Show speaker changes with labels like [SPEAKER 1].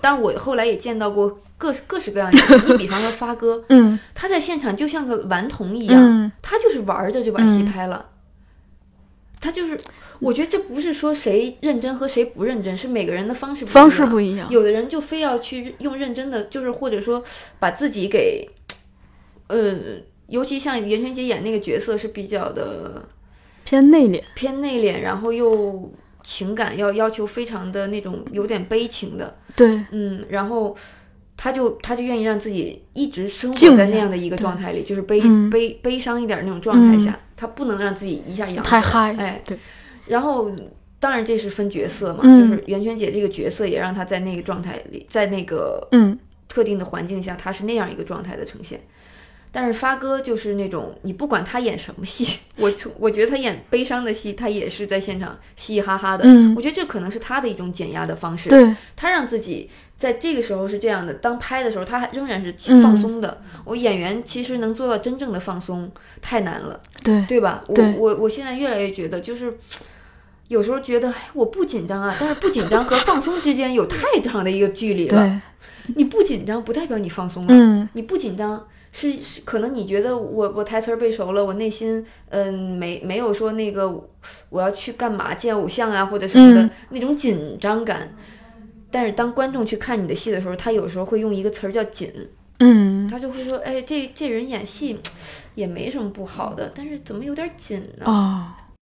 [SPEAKER 1] 当然我后来也见到过各 各式各样的人。你比方说发哥，
[SPEAKER 2] 嗯
[SPEAKER 1] 他在现场就像个顽童一样，
[SPEAKER 2] 嗯，
[SPEAKER 1] 他就是玩着就把戏
[SPEAKER 2] 嗯
[SPEAKER 1] 拍了。他就是，我觉得这不是说谁认真和谁不认真，是每个人的方式不一
[SPEAKER 2] 方式
[SPEAKER 1] 样
[SPEAKER 2] 不一样，
[SPEAKER 1] 有的人就非要去用认真的，就是或者说把自己给，呃，尤其像袁泉姐演那个角色是比较的
[SPEAKER 2] 偏内敛，
[SPEAKER 1] 偏内敛，然后又情感要要求非常的那种有点悲情的，
[SPEAKER 2] 对，
[SPEAKER 1] 嗯，然后她就她就愿意让自己一直生
[SPEAKER 2] 静
[SPEAKER 1] 活在
[SPEAKER 2] 下
[SPEAKER 1] 那
[SPEAKER 2] 来
[SPEAKER 1] 样的一个状态里，就是悲、
[SPEAKER 2] 嗯
[SPEAKER 1] 悲悲伤一点那种状态
[SPEAKER 2] 嗯
[SPEAKER 1] 下，她不能让自己一下扬
[SPEAKER 2] 太
[SPEAKER 1] 起来
[SPEAKER 2] 嗨，
[SPEAKER 1] 哎，
[SPEAKER 2] 对。
[SPEAKER 1] 然后，当然这是分角色嘛，
[SPEAKER 2] 嗯
[SPEAKER 1] 就是袁泉姐这个角色也让她在那个状态里，在那个
[SPEAKER 2] 嗯
[SPEAKER 1] 特定的环境下，她是那样一个状态的呈现。但是发哥就是那种，你不管他演什么戏， 我从我觉得他演悲伤的戏，他也是在现场嘻嘻哈哈的。
[SPEAKER 2] 嗯
[SPEAKER 1] 我，觉得这可能是他的一种减压的方式。
[SPEAKER 2] 对，
[SPEAKER 1] 他让自己在这个时候是这样的，当拍的时候，他还仍然是
[SPEAKER 2] 嗯
[SPEAKER 1] 放松的。我演员其实能做到真正的放松太难了。
[SPEAKER 2] 对，
[SPEAKER 1] 对吧？我
[SPEAKER 2] 对
[SPEAKER 1] 我我现在越来越觉得，就是有时候觉得哎我不紧张啊，但是不紧张和放松之间有太长的一个距离了。
[SPEAKER 2] 对，
[SPEAKER 1] 你不紧张不代表你放松了，
[SPEAKER 2] 嗯，
[SPEAKER 1] 你不紧张是是可能你觉得我我台词儿背熟了，我内心嗯没没有说那个我要去干嘛见偶像啊或者什么的、
[SPEAKER 2] 嗯
[SPEAKER 1] 那种紧张感。但是当观众去看你的戏的时候，他有时候会用一个词儿叫“紧”，
[SPEAKER 2] 嗯，
[SPEAKER 1] 他就会说：“哎，这这人演戏也没什么不好的，但是怎么有点紧呢？”
[SPEAKER 2] 哦，